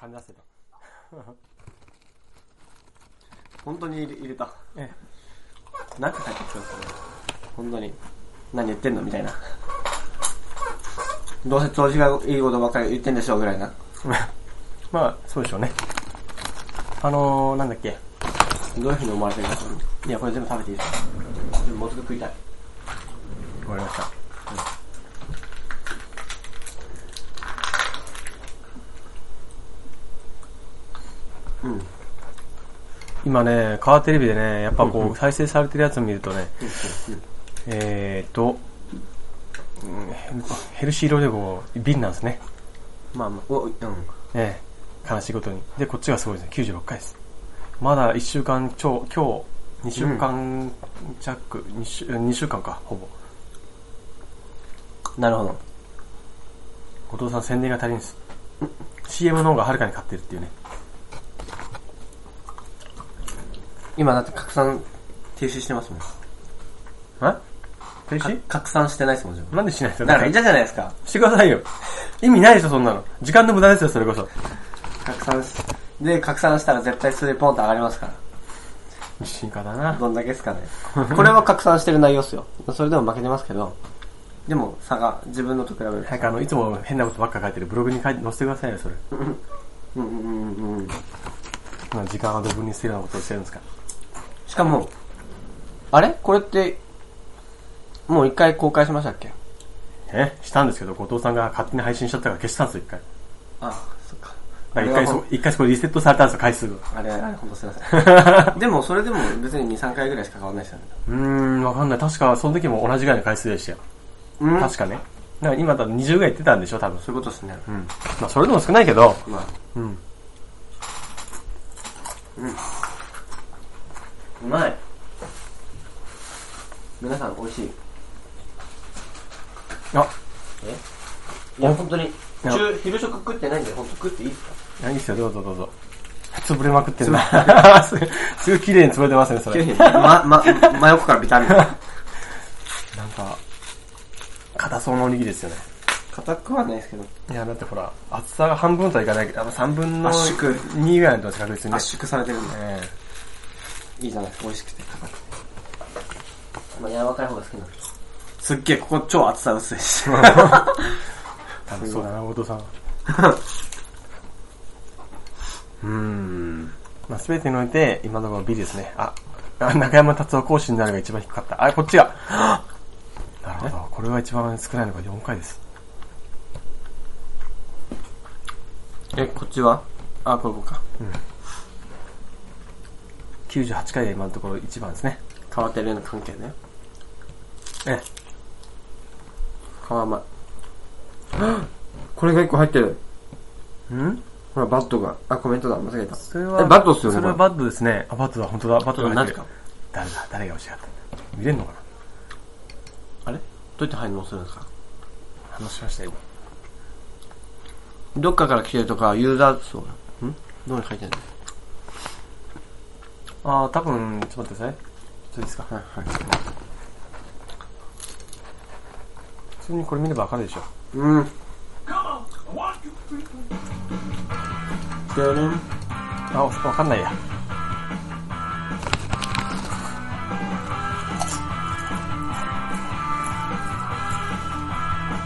噛み出してた。本当に入れ入れた。えなんか入ってきたんですよね。本当に。何言ってんのみたいな。どうせ調子がいいことばっかり言ってんでしょうぐらいな。え。まあ、そうでしょうね。あのー、なんだっけ。どういうふうに思われてるか。いや、これ全部食べていいですかもうすぐ食いたい。わかりました。うん。今ね、カーテレビでね、やっぱこう、再生されてるやつを見るとね、えーっと、うんヘルシーロデゴ、瓶なんですね。まあまあ、お、うん。ええ、悲しいことに。で、こっちがすごいですね。96回です。まだ1週間超、今日、2週間弱、2, 週2週間か、ほぼ。なるほど。後藤さん宣伝が足りん です。CM の方がはるかに勝ってるっていうね。今だって拡散停止してますもん。あ停止か拡散してないですもん、自分。なんでしないですよ。だから嫌じゃないですか。してくださいよ。意味ないでしょ、そんなの。時間の無駄ですよ、それこそ。拡散し、で、拡散したら絶対それポンと上がりますから。自信家だな。どんだけですかね。これは拡散してる内容っすよ。それでも負けてますけど、でも差が自分のと比べる。早くあの、いつも変なことばっか書いてるブログに書い載せてくださいよ、それ。うんうんうんうん。まあ時間はドブに捨てるようなことをしてるんですかしかも、あれこれって、もう一回公開しましたっけら。えしたんですけど、後藤さんが勝手に配信しちゃったから消したんですよ、一回。あ、そっか。だから一回そ、一回そこリセットされたんですよ、回数が。あれ、あれ、ほんとすいま せん。でも、それでも別に2、3回ぐらいしか変わんないですよね。うーん、わかんない。確か、その時も同じぐらいの回数でしたよ。うん確かね。だから今だと20ぐらい言ってたんでしょ、多分。そういうことですね。うん。まあ、それでも少ないけど、まあ、うん。うまい。皆さん、美味しい。あ、いや、本当に。や中、昼食食ってないんで、本当食っていいですかいやいいっすよ、どうぞどうぞ。潰れまくってるな。 すすごい綺麗に潰れてますね、それ。ま、ま、真横からビタミン。なんか、硬そうなおにぎりですよね。 硬くはないですけど。いや、だってほら、厚さが半分とはいかないけど、あの3分の圧縮2ぐらいの確率にね。圧縮されてるんで。えいいじゃないですか、美味しくて硬くて。まあ、柔らかい方が好きなんです。すっげえ、ここ超厚さ薄いし。え多分そうだな、後藤さん。う ーん。まあ、すべてにおいて、今のところ B ですね。あ、あ中山達夫講師になるが一番低かった。あ、こっちが。 なるほど。これが一番少ないのが4回です。 え、こっちはあ、これこうか。 98回が今のところ一番ですね。変わってるような関係ね。ええ、皮まい。 これが一個入ってる。んほら、バットが。あ、コメントだ。間違えた。それは、えバットっすよねそれはこバットですね。あ、バットだ、本当だ、バットが入ってるうん何。誰だ、誰が欲しかった見れんのかなあれどうやって反応するんですか話しましたよ、どっかから来てるとか、ユーザー層が。んどこに書いてある今。あー、多分、ちょっと待ってください。そうですか。はいはい。普通にこれ見ればわかるでしょ。うん。あ、わかんないや。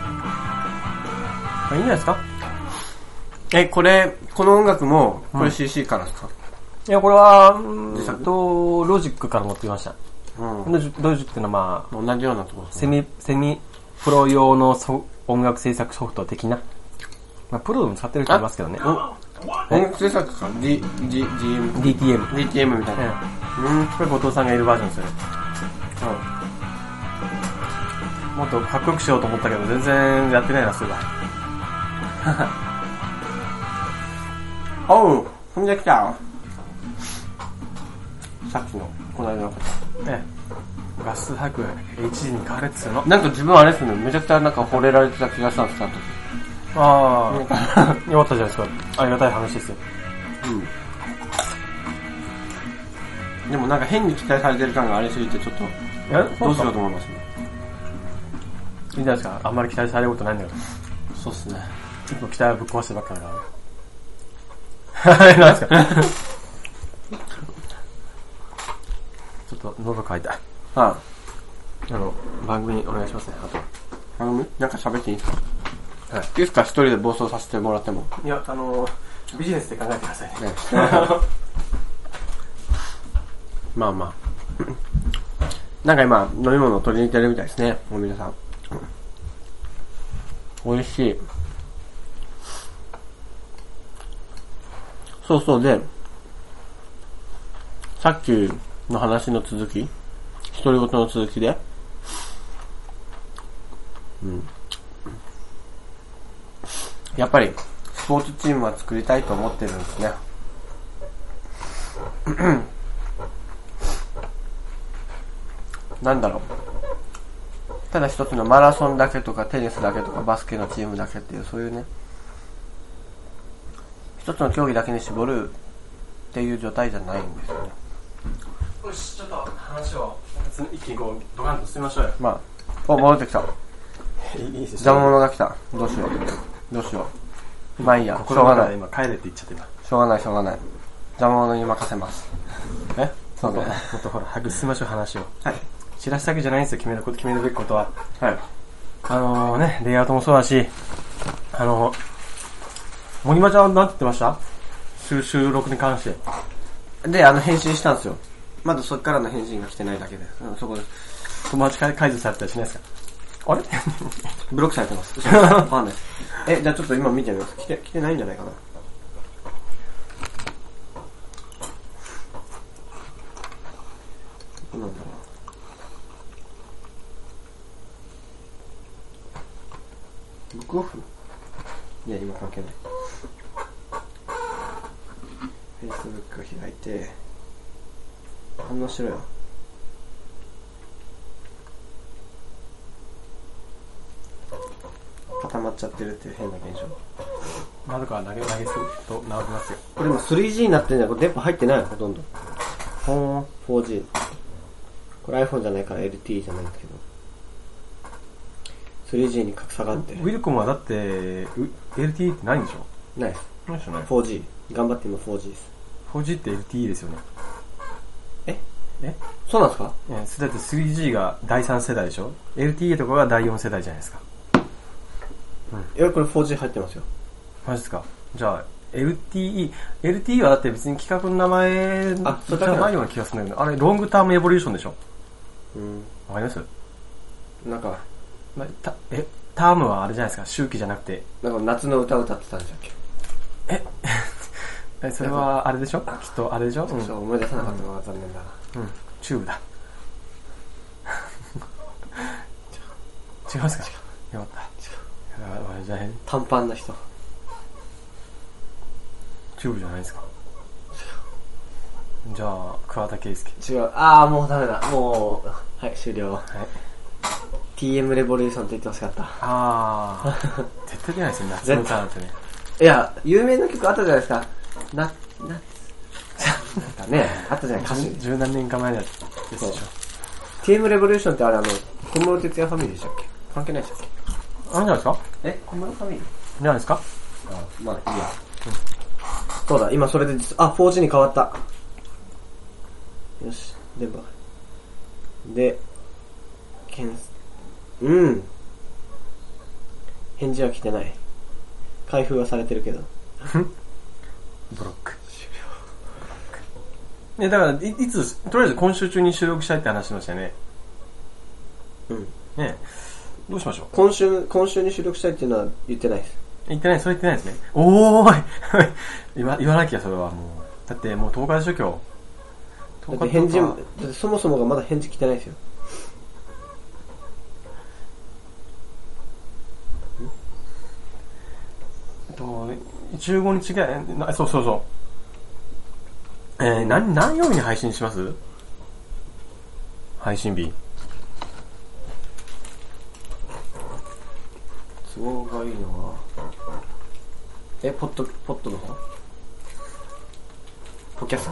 あいいんじゃないですかえ、これ、この音楽も、これ CC からですかいや、これは、う自ー作んと、ロジックから持ってきました。うん。ロジロジックっていうのは、まあ、同じようなところですセね。ミ、セミプロ用のそ音楽制作ソフト的な。まあ、プロでも使ってる人いますけどね。お音楽制作か ?D、D、DM。 DTM。 DTM みたいええな。うん。これ後藤さんがいるバージョンですよね。もっとかっこよくしようと思ったけど、全然やってないな、そういえば。おう、飛んできたさっきの、この間の方。ええ。ガス早く HD に変われっつうの。なんか自分あれですね、めちゃくちゃなんか惚れられてた気がしたんですよ、ああの時あ、よかったじゃないですか。ありがたい話ですよ。でもなんか変に期待されてる感がありすぎて、ちょっと、えどうしよううと思いますね。いいんじゃないですか。あんまり期待されることないんだから。そうっすね。結構期待をぶっ壊してばっかだから。 はい、なんすか。ちょっと喉乾いた。ああの、番組お願いしますね、あと。あの、なんか喋っていいですかはいいいですか一人で暴走させてもらっても。いや、あの、ビジネスで考えてくださいね。ね まあまなんか今、飲み物を取りに行ってるみたいですね。もう皆さん。美味しい。そうそうで、さっきの話の続き、独り言の続きで、うん。やっぱり、スポーツチームは作りたいと思ってるんですね。なんだろう。ただ一つのマラソンだけとかテニスだけとかバスケのチームだけっていうそういうね、一つの競技だけに絞るっていう状態じゃないんですよね。あ。よし、ちょっと話を一気にこう、ドカンと進みましょうよ。まあ、お、戻ってきた。いいです 邪魔者が来た。どうしよう。どうしよう。まあいいや、しょうがない。今、帰れって言っちゃってた。しょうがない、しょうがない。邪魔者に任せます。えそうね。もっとほら、早く進みましょう、話を。はい。知らせだけじゃないんですよ、決めること、決めるべきことは。はい。あのね、レイアウトもそうだし、あの森間ちゃんは何て言ってました収収録に関して。で、あの、返信したんですよ。まだそっからの返信が来てないだけで。うんそこです。友達解解除されたりしないですかあれブロックされてます。わかんないです。え、じゃあちょっと今見てみます。来て、来てないんじゃないかな。どうなんだろう。ブックオフいや、今関係ない。Facebook 開いて、反応しろよ。固まっちゃってるっていう変な現象。窓から投げ投げすると治りますよ。これ今 3G になってんじゃん。これ電波入ってないのほとんど。ほーん。4G。これ iPhone じゃないから LTE じゃないんだけど。3G に格差があってウ。ィルコムはだって、う LTE ってないんでしょないです。ないでしょない。 4G。頑張って今 4G です。 4G って LTE ですよね。そうなんですかえー、だって 3G が第3世代でしょ ?LTE とかが第4世代じゃないですか。いや、これ 4G 入ってますよ。マジですかじゃあ、LTE、LTE はだって別に企画の名前じあそれだけゃなのないような気がするんだけど、あれ、ロングタームエボリューションでしょうん。わかりますなんか、またえ、タームはあれじゃないですか、周期じゃなくて。なんか夏の歌歌ってたんじゃんけ。え、それはあれでしょきっとあれでしょうそん。う思い出さなかったのが残念だな。チューブだ。 違いますかよかった。違う。あれじゃない短パンな人。チューブじゃないですか。じゃあ、桑田佳祐。違う。あー、もうダメだ。もう、はい、終了。はい。 TM レボリューションって言ってほしかった。あー。絶対出ないですね、夏の歌なんてね。いや、有名な曲あったじゃないですか。な、な、なんかね、あったじゃない、歌詞十。十何年か前のやつですでしょ。 TM レボリューションってあれあの、小室哲也ファミリーでしたっけ関係ないでしたっあれじゃないですかけえ、小室ファミリーじゃないですかあ、まあいいや。そうだ、今それで実、あ、4G に変わった。よし、では。で、検索、うん。返事は来てない。開封はされてるけど。ブロック。ね、だからい、いつ、とりあえず今週中に収録したいって話しましたよね。うん。ねどうしましょう今週、今週に収録したいっていうのは言ってないです。言ってない、それ言ってないですね。おーい 言わ言わなきゃ、それはもう。だってもう10日でしょ、今だっ日。10日とて返か事も、だってそもそもがまだ返事来てないですよ。えっと、15日ぐらい、なそうそうそう。えー、何、何曜日に配信します配信日。都合がいいのは、え、ポッド、ポッドの方ポキャス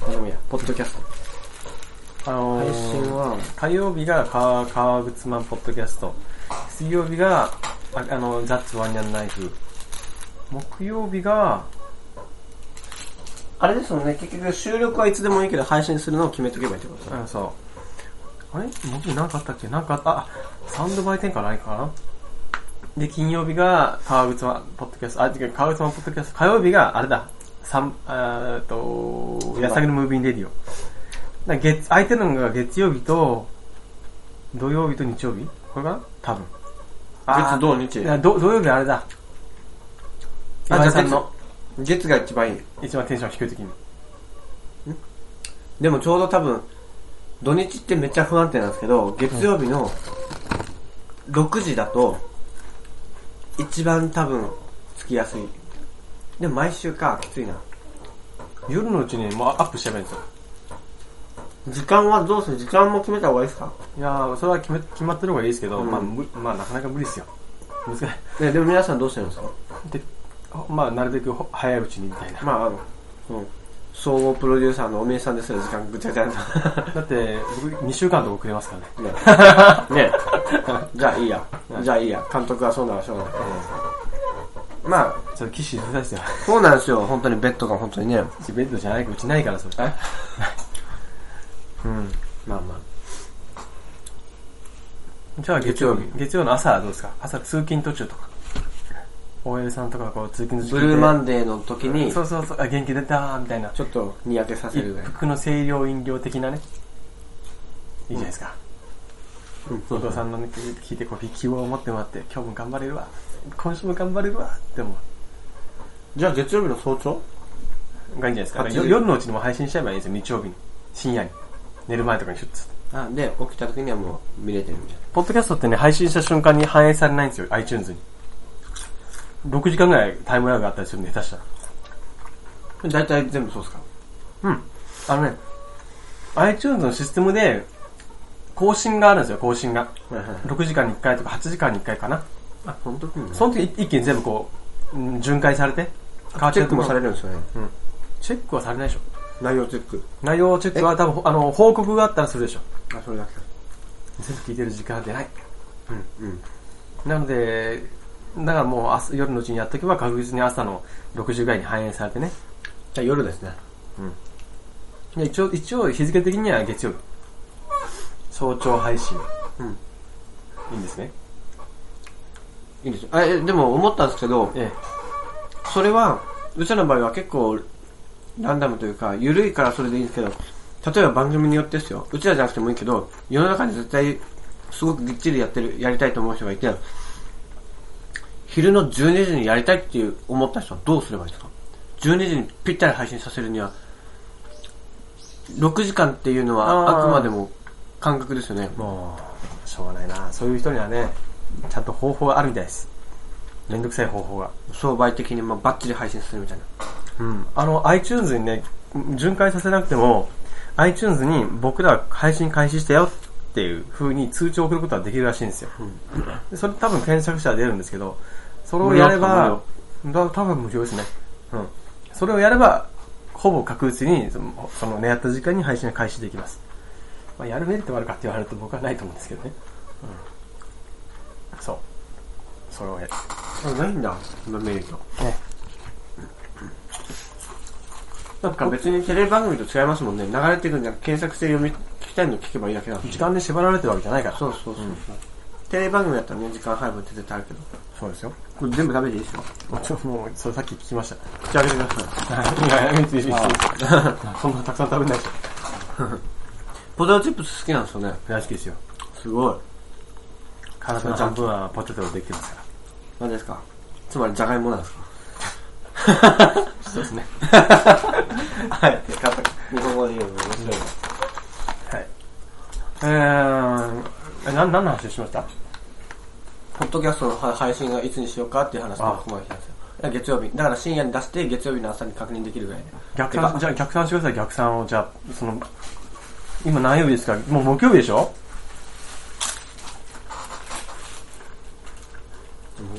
ト頼むや、ポッドキャスト。あのー配信は、火曜日が川川口マンポッドキャスト。水曜日が、ああの、ザッツワンニャンナイフ。木曜日が、あれですよね、結局収録はいつでもいいけど配信するのを決めとけばいいってことだね。うん、そう。あれ僕なんかあったっけなんかあった。あ、サウンド売店かないかなで、金曜日が川口マンポッドキャスト、あ、違う、川口マンポッドキャスト、火曜日があれだ、サン、えっと、やさぎのムービーレディオ。だから月、空いてるのが月曜日と、土曜日と日曜日これかな多分。月、土、い日。や土土曜日あれだ。あ岩井さんじゃあの月が一番いい。一番テンション低い時に。でもちょうど多分、土日ってめっちゃ不安定なんですけど、月曜日の6時だと、一番多分、つきやすい。でも毎週か、きついな。夜のうちにもうアップしちゃえばいいんですよ。時間はどうする時間も決めた方がいいですかいやー、それは決め決まってる方がいいですけど、うんまあ、むまあ、なかなか無理ですよ。難しい。ね、でも皆さんどうしてるんですかで、まあ、なるべくほ早いうちにみ たいな。まあ、あの、その、総合プロデューサーのおめえさんですら時間ぐちゃぐちゃになだって、僕、2週間とか遅れますからね。るねねじゃあいいや。じゃあいいや。監督はそうならしょうがない。まあ、ちょっと、騎士出させてよ。そうなんですよ。本当にベッドが本当にね。うちベッドじゃないか、うちないから、それ。 うん。まあまあ。じゃあ、月曜日月曜。月曜の朝はどうですか朝、通勤途中とか。OL さんとか、こう、通勤途中ブルーマンンデーの時に、そうそうそう、あ、元気出たー、みたいな。ちょっとにやけさせ一るぐらい。服の清涼飲料的なね。いいじゃないですか。うん、お父さんのね、聞いて、こう、希望を持ってもらって、今日も頑張れるわ。今週も頑張れるわ。って思う。じゃあ月曜日の早が朝いいんじゃないですか。だから8よ時夜のうちにもう配信しちゃえばいいんですよ、日曜日に。深夜に。寝る前とかにシュッつって。あ、で、起きた時にはもう見れてるみたいポッドキャストってね、配信した瞬間に反映されないんですよ、iTunes に。6時間ぐらいタイムラグがあったりするんで、下手したな。大体全部そうっすか。ら。うん。あのね、iTunes のシステムで、更新があるんですよ、更新が。はいはい。 6時間に1回とか8時間に1回かな。あ、本当にその時一気に全部こう、うん巡回されて、変わってチェるックもされる。るんですよね。チェックはされないでしょ。内容チェック。内容チェックは多分、あの、報告があったらするでしょ。あ、それだ全部聞いてる時間でない。け。うん。なので、だからもう明日夜のうちにやっとけば確実に朝の6時ぐらいに反映されてね。じゃあ夜ですね。で一応、一応日付的には月曜日。早朝配信。うんいいんですね。いいですよ。あえ、でも思ったんですけど、えそれは、うちらの場合は結構、ランダムというか、緩いからそれでいいんですけど、例えば番組によってですよ。うちらじゃなくてもいいけど、世の中に絶対、すごくぎっちりやってる、やりたいと思う人がいて、昼の12時にやりたいっていう思った人はどうすればいいですか ?12 時にぴったり配信させるには、6時間っていうのあーはあくまでも感覚ですよねえ。。もう、しょうがないな。そういう人にはね、ちゃんと方法があるみたいです。めんどくさい方法が。相場的にまあバッチリ配信するみたいな。うん。あの、iTunes にね、巡回させなくても、iTunes に僕ら配信開始したよっていう風に通知を送ることはできるらしいんですよ。でそれ多分検索したら出るんですけど、それをやれば、だ多分無料ですね。うん。それをやれば、ほぼ確実にその、その狙った時間に配信が開始できます。まあ、やるメリットがあるかって言われると僕はないと思うんですけどね。うん。そう。それをやる。あ、ないんだ。今見ると。ねなんか別にテレビ番組と違いますもんね。流れてくるんじゃなく検索して読み、聞きたいの聞けばいいだけだもんね時間で縛られてるわけじゃないから。そうそうそう。テレビ番組だったらね、時間配分って絶対あるけど。そうですよ。これ全部食べていいですよ。ちょもう、それさっき聞きました。口開けてください。いや、いいですいいですそんなたくさん食べないし。ポテトチップス好きなんですよね。大好きですよ。すごい。体の半分はポテトでできてますから。何ですかつまり、じゃがいもなんですかそうですね。 はい。日本語で言うの面白いな。はい。えー、え、なん、何の話をしましたポッドキャストの配信がいつにしようかっていう話がここまで来たんですよ。いや月曜日。だから深夜に出して、月曜日の朝に確認できるぐらいで。逆て算、かじゃあ逆算してください、逆算を。じゃあ、その、今何曜日ですかもう木曜日でしょ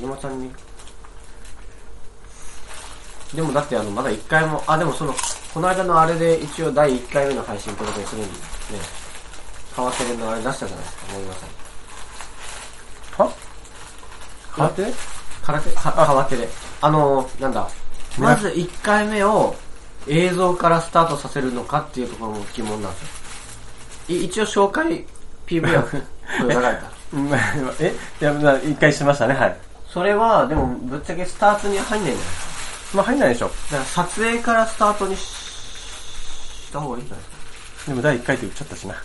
野島さんにでもだってあのまだ1回もあでもそのこの間のあれで一応第1回目の配信ってことにするんでね買わせるのあれ出したじゃないですか野島さんは空手空手は買わせであのー、なんだまず1回目を映像からスタートさせるのかっていうところも疑問なんですよ。い一応紹介 PV は流れ た。うんえいや、まあ一回しましたね、はい。それは、でもぶっちゃけスタートに入んないんじゃないですか。まあ入んないでしょ。だから撮影からスタートにしした方がいいんじゃないですでも第1回って言っちゃったしな。か。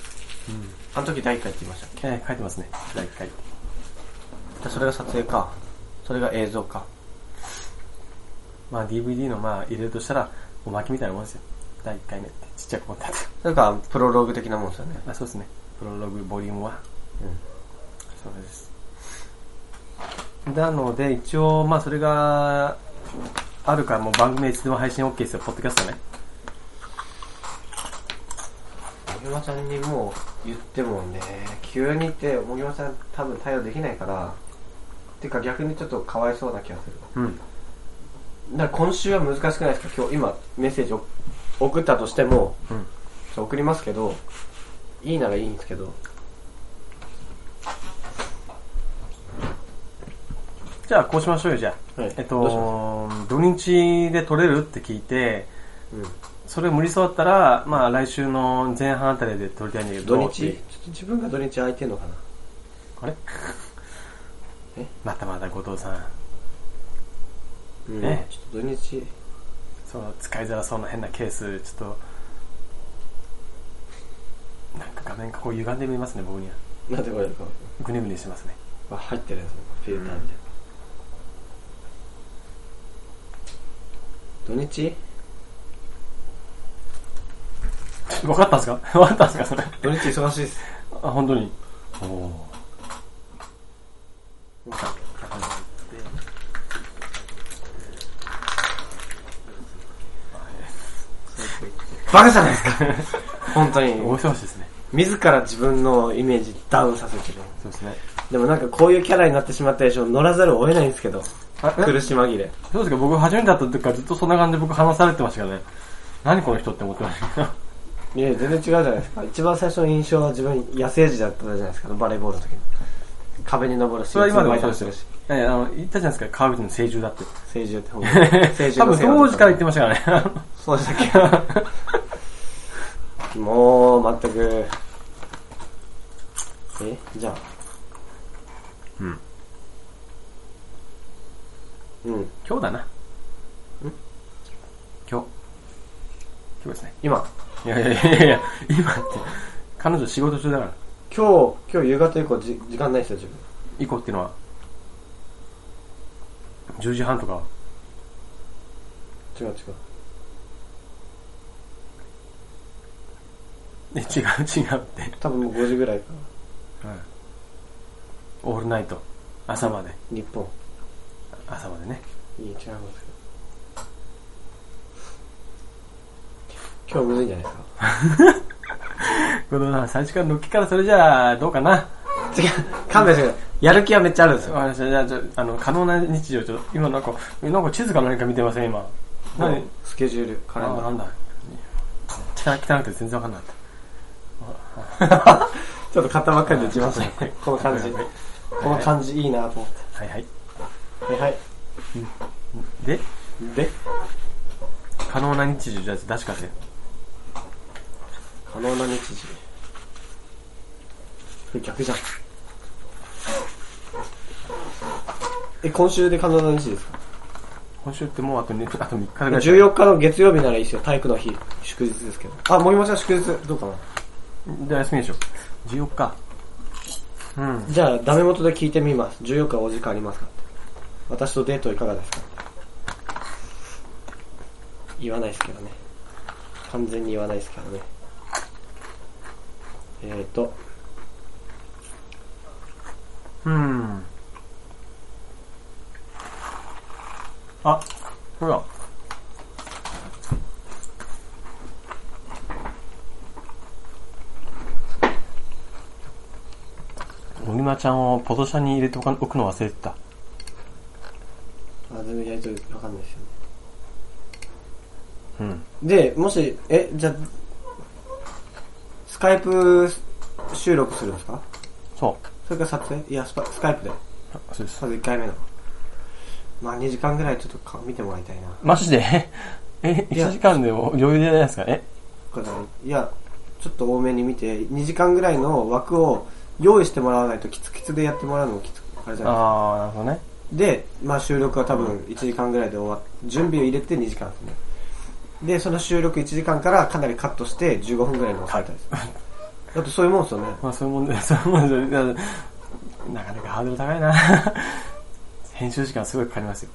あの時第1回って言いましたっけえー書いてますね、第1回。だからそれが撮影か。それが映像か。まあ DVD のまあ入れるとしたら、おまけみたいなもんですよ。第1回目って、ちっちゃく思ったやつ。それがプロローグ的なもんですよね。まあそうですね。プロログボリューム1。うん。そうです。なので、一応、まあそれが、あるからもう番組はいつでも配信 OK ですよ、ポッドキャストね。もぎまちゃんにもう言ってもね、急に言って、もぎまちゃん多分対応できないから、てか逆にちょっとかわいそうな気がする。うん。だから今週は難しくないですか今日今メッセージを送ったとしても、うんそう送りますけど、いいならいいんですけど、じゃあこうしましょうよ、じゃあ。はいえっどうしまと、土日で撮れるって聞いて、すうんそれ無理そうだったら、まあ来週の前半あたりで撮りたいんだけど。土日ちょっと自分が土日空いてんのかなあれえ またまた後藤さん。うん、ねちょっと土日、その使いづらそうな変なケース、ちょっと、なんか画面がこう歪んで見えますね、僕には。なんでこれか、グニグニしてますね。 あ入ってるやつ、フィルターみたいな。土日わかったんすか わかったんすかそれ。土日忙しいです。あ、本当に。おお。バカじゃないですか本当に大忙しいですね。自ら自分のイメージダウンさせてるそうですね。でもなんかこういうキャラになってしまったでしょ乗らざるを得ないんですけどあ、え苦し紛れそうですか僕初めて会った時からずっとそんな感じで僕話されてましたけどね。何この人って思ってましたけ ど。いや全然違うじゃないですか一番最初の印象は自分野生児だったじゃないですかバレーボールの時に壁に登るしそれは今でもそうでするよし。ええあの、言ったじゃないですか、川口の成獣だって。成獣って本 当成多の分せいだと当時から言ってましたからね。そうでしたっけ もう全くえじゃあうんうん今日だな。今日。今日ですね。今いやいやいやいや、今って、彼女仕事中だから、今日、今日夕方以降じ時間ないですよ、自分。以降っていうのは、10時半とか、違う違う。え違う違うって、多分もう5時ぐらいかな。オールナイト、朝まで、日本。朝までね。いい、違うんですけど。今日むずいんじゃないですか。ごめんなさい、最初からのっけからそれじゃあ、どうかな。違う、勘弁してください。やる気はめっちゃあるんですよ。わかりましたじゃあ、ちょあの、可能な日常、ちょ今なんか、なんか地図か何か見てません、今。何スケジュール、カレンあなダー。んだ。汚汚くて全然わかんなかった。ちょっと買ったばっかりで自慢する。この感じ。はいこの感じいいなと思っはいはい。て。はいはい。で、で、可能な日常、じゃあ、出しかせ。可能な日時。これ逆じゃん。え、今週で可能な日時ですか今週ってもうあとね、あと3日ぐらいしか14日の月曜日ならいいですよ、体育の日。祝日ですけど。あ、森本さん祝日、どうかなじゃあ休みでしょ。14日。うん。じゃあ、ダメ元で聞いてみます。14日お時間ありますかって私とデートいかがですか言わないですけどね。完全に言わないですからね。えーと、うん。あ、ほら。森間ちゃんをポトシャに入れておかおくの忘れてた。あ、全然やりとりわかんないですよね。うん。で、もし、え、じゃあ、スカイプ収録するんですかそそれから撮影いや、スパスカイプで。う。あそうです。まず1回目の。まあ2時間ぐらいちょっとか見てもらいたいな。マジで え、いや1時間でも余裕じゃないですかね。これいや、ちょっと多めに見て、2時間ぐらいの枠を用意してもらわないと、キツキツでやってもらうのもきつあれじゃないああ、なるほどね。で、まあ収録は多分1時間ぐらいで終わっ準備を入れて2時間ですね。で、その収録1時間からかなりカットして15分ぐらいに抑えたんです。だってそういうもんですよね。まあそういうもんで、 そういうもんで、ななかなかハードル高いな。 編集時間すごいかかりますよ。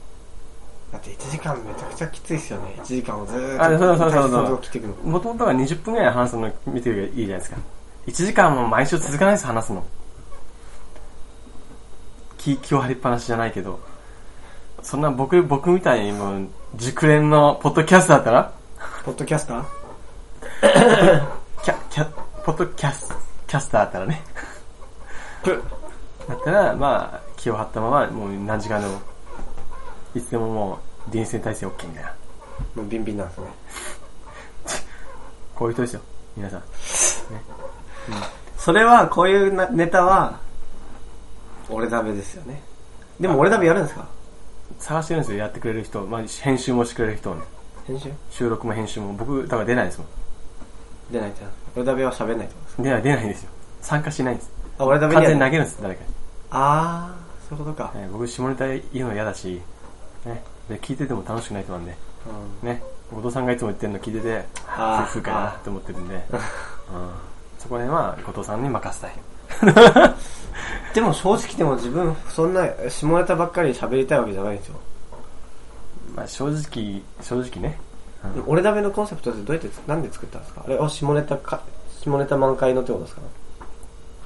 だって1時間めちゃくちゃきついですよね。1時間をずーっと。あそうそうそうそう切っていくの。もともとは20分ぐらい話すの見てるばいいじゃないですか。1時間も毎週続かないです、話すの。気、気を張りっぱなしじゃないけど。そんな僕、僕みたいにもう、熟練のポッドキャストだったら、ポッドキャスターキャ、キャ、ポッドキャス、キャスターだったらね。だったら、まあ、気を張ったまま、もう何時間でも、いつでももう、臨戦体制 OK みたいな。もうビンビンなんですね。こういう人ですよ、皆さん。それは、こういうなネタは、俺ダメですよね。でも俺ダメやるんですか探してるんですよ、やってくれる人。まあ、編集もしてくれる人をね。編集収録も編集も。僕、だから出ないですもん。出ないじゃん。俺ダメは喋んないってことですか出ない、出ないんですよ。参加しないんです。あ、俺ダメ完全やにる。投げるんです、誰かに。あー、そういうことか。えー僕、下ネタ言うの嫌だし、ね。で、聞いてても楽しくない人なんで、うんね。後藤さんがいつも言ってるの聞いてて、あー夫婦かなと思ってるんで、うん。そこら辺は、後藤さんに任せたい。でも正直でも自分、そんな下ネタばっかり喋りたいわけじゃないんですよ。まあ、正直、正直ね。俺ダメのコンセプトってどうやって、なんで作ったんですかあれは下ネタか、下ネタ満開のってことですか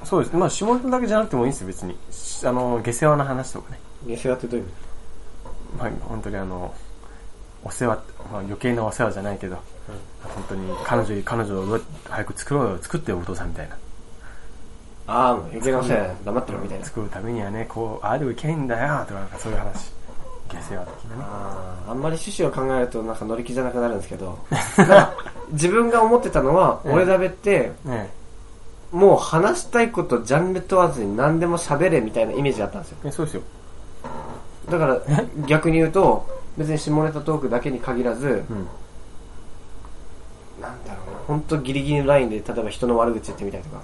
そうです。まあ、下ネタだけじゃなくてもいいんですよ、別に。しあの、下世話な話とかね。下世話ってどういう意味まあ、本当にあの、お世話、まあ、余計なお世話じゃないけど、本当に彼女、彼女をどう早く作ろうよ、作ってよ、お父さんみたいな。あー、もう余計なお世話黙ってろみたいな。作るためにはね、こう、ああでもいけんだよ、とか、なんかそういう話。下世話的なね。あーあんまり趣旨を考えるとなんか乗り気じゃなくなるんですけど、なんか自分が思ってたのは、うん俺ダメって、ねもう話したいことジャンル問わずに何でも喋れみたいなイメージだったんですよ。え、そうですよ。だから逆に言うと、別に下ネタトークだけに限らず、うん。なんだろうな、ほんとギリギリのラインで、例えば人の悪口言ってみたりとか。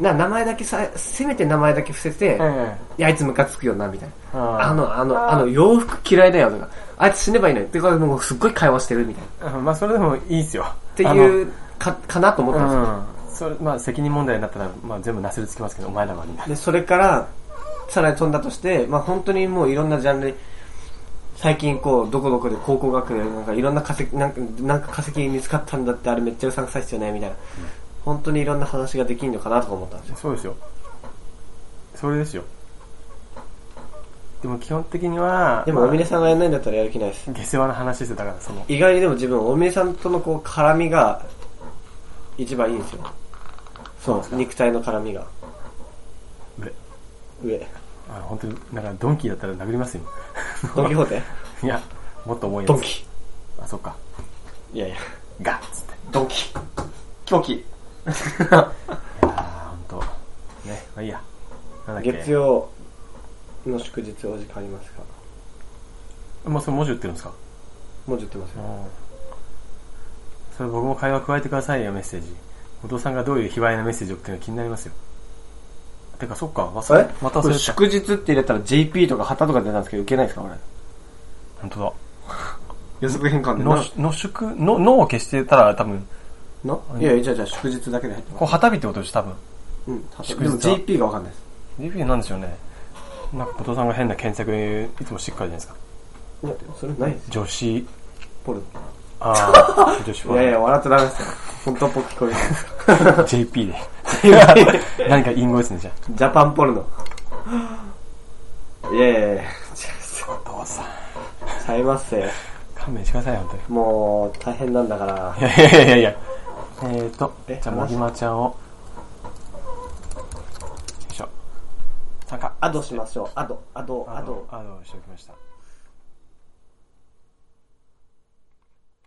な、名前だけさ、せめて名前だけ伏せて、えいや、あいつムカつくよな、みたいな。えああの、あの、あの、洋服嫌いだよ、とか。あいつ死ねばいいのよ。ってか、もうすっごい会話してる、みたいな。あの、まあ、それでもいいですよ。っていう、か、かなと思っあたんですよ。の。うん。それ、まあ、責任問題になったら、まあ、全部なすりつきますけど、お前らはみんな。で、それから、さらに飛んだとして、まあ本当にもういろんなジャンル、最近こう、どこどこで高校学年なんかいろんな化石、なんか、なんか化石見つかったんだって、あれめっちゃうさんくさいっすよね、みたいな。本当にいろんな話ができんのかなとか思ったんですよ。そうですよ。それですよ。でも基本的には、でも、まおあみねさんがやんないんだったらやる気ないです。下世話の話ですよ、だからその、意外にでも自分、おみねさんとのこう、絡みが、一番いいんですよ。そう、肉体の絡みが。上。上。あ本当に、なんかドンキーだったら殴り ますよ。ドンキホーテいや、もっと重いやつ。 ドン。キ。あ、そっか。いやいや、ガッつって。いドンキ。狂気。やー、ほんと。ね、まあいいや。なんだっけ。月曜の祝日お時間ありますかもうそれ文字売ってるんですかもう言ってますよ。それ僕も会話加えてくださいよ、メッセージ。お父さんがどういう卑猥なメッセージを送ってるのか気になりますよ。てか、そっか、忘れ、また忘れた。日って入れたら JP とか旗とか出たんですけど、受けないですか俺。本当だ。予測変換の、の宿、の、のを消してたら多分、のいやいや、じゃあじゃあ祝日だけで入ってこまう、旗日ってことでしょ、多分。す。うん。祝日でもは JP がわかんないです。レビューなんでしょうね。なんか、後藤さんが変な検索、いつもしっかりじゃないですか。いや、それないですよ。女子、ポル ああ、女子フノ。いやいァン。や、笑っちゃダメですよ。本当っぽく聞こえるじゃないですか。 JP で。何か隠語ですね、じゃジャパンポルノ。いやいやいや、ちあ。お父さん。ょちゃいますよ。勘弁してください、本当に。もう、大変なんだから。いやいやいやいや。えーと、えじゃあ、もぎまちゃんを。よいしょ。参加。アドしましょう。アド、アド、アド。あどうしておきました。